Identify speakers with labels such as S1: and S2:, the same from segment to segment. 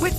S1: With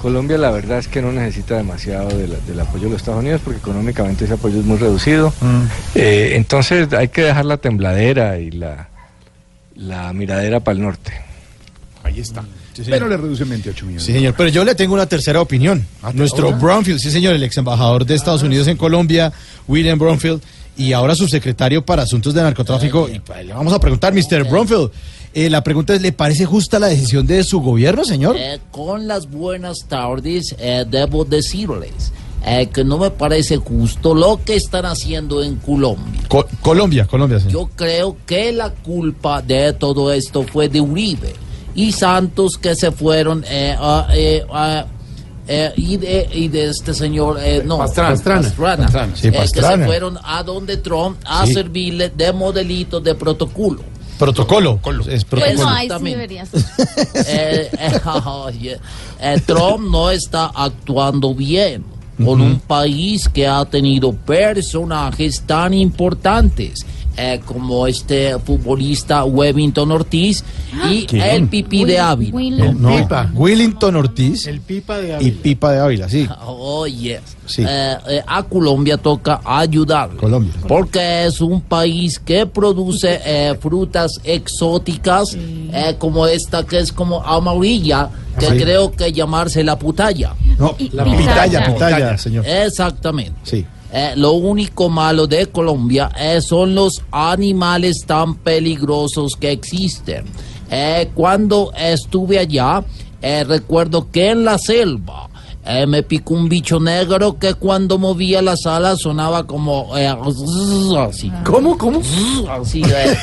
S2: Colombia la verdad es que no necesita demasiado de la- del apoyo de los Estados Unidos porque económicamente ese apoyo es muy reducido. Eh, entonces hay que dejar la tembladera y la, la miradera para el norte.
S3: Ahí está. Pero le reducen 28 millones.
S4: Sí, señor, pero yo le tengo una tercera opinión. Nuestro
S3: ¿otra?
S4: Bromfield, sí, señor, el ex embajador de Estados Unidos en Colombia, William Bromfield, y ahora subsecretario para asuntos de narcotráfico. Y, pues, le vamos a preguntar, Mr. Bromfield, eh, la pregunta es, ¿le parece justa la decisión de su gobierno, señor?
S5: Eh, con las buenas tardes, eh, debo decirles eh, que no me parece justo lo que están haciendo en Colombia.
S4: Co- Colombia, Colombia, señor.
S5: Yo creo que la culpa de todo esto fue de Uribe y Santos que se fueron eh, a- eh, a- eh, y, de, y de este señor, eh, no,
S3: Pastrana.
S5: Pastrana,
S3: Pastrana.
S4: Sí,
S5: eh, que
S4: Pastrana.
S5: se fueron a donde Trump a
S4: Sí.
S5: servirle de modelito de protocolo.
S4: Protocolo. Es
S6: Pues
S4: protocolo.
S6: no, ahí sí
S5: Exactamente.
S6: deberías.
S5: Eh, eh, oye, eh, Trump no está actuando bien con un país que ha tenido personajes tan importantes eh, como este futbolista Webington Ortiz y el pipí de Ávila.
S6: Will-
S4: No, Willington Ortiz
S3: pipa de
S4: y Pipa de Ávila, sí.
S6: Ah.
S5: Oye,
S4: Sí.
S5: Oh, eh, eh, a Colombia toca ayudar.
S4: Colombia.
S5: Porque es un país que produce eh, frutas exóticas eh, como esta que es como amarilla, que
S4: Sí.
S5: creo que llamarse la putalla.
S4: No,
S6: Y-
S4: la
S6: pitaya. Eh.
S4: pitaya, pitaya, señor.
S5: Exactamente.
S4: Sí.
S5: Eh, lo único malo de Colombia eh, son los animales tan peligrosos que existen. Eh, cuando estuve allá, eh, recuerdo que en la selva eh, me picó un bicho negro que cuando movía las alas sonaba como eh, zzzz, así.
S3: Ah. ¿Cómo? ¿Cómo?
S5: Zzzz, así, eh.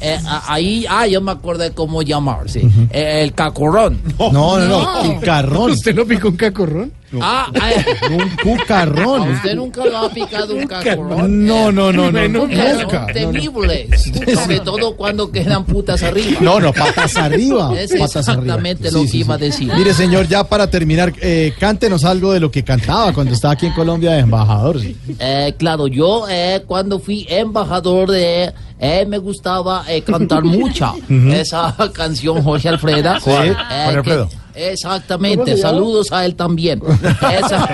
S5: Eh, a- ahí, ah, yo me acordé cómo llamarse. Eh, el cacorrón.
S4: No, no, Oh, no, cucarrón.
S3: ¿Usted no picó un cacorrón?
S5: Ah, eh,
S4: Un
S5: ¿a
S4: cucarrón.
S5: usted nunca lo ha picado un cacorrón. Eh,
S4: No, no, no, no, no,
S5: Nunca,
S4: nunca.
S5: Son temibles. Sobre todo cuando quedan putas arriba.
S4: No, no, patas arriba.
S5: Es
S4: patas arriba.
S5: exactamente lo que iba a decir.
S4: Mire, señor, ya para terminar, eh, cántenos algo de lo que cantaba cuando estaba aquí en Colombia de embajador. sí.
S5: Eh, claro, yo eh, cuando fui embajador de... eh, me gustaba eh, cantar mucha esa canción Jorge Alfreda.
S4: Jorge
S5: Eh,
S4: Alfredo.
S5: que- exactamente, saludos a él también. Esa,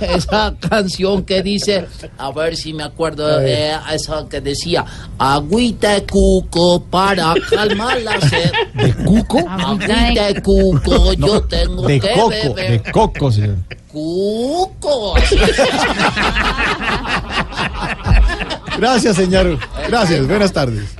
S5: esa canción que dice, a ver si me acuerdo, eh, esa que decía, agüita de cuco para calmar la sed.
S4: ¿De cuco?
S5: Agüita de cuco, yo tengo
S4: De
S5: que
S4: coco,
S5: beber.
S4: de coco, señor.
S5: Cuco.
S4: Gracias, señor. Gracias, buenas tardes.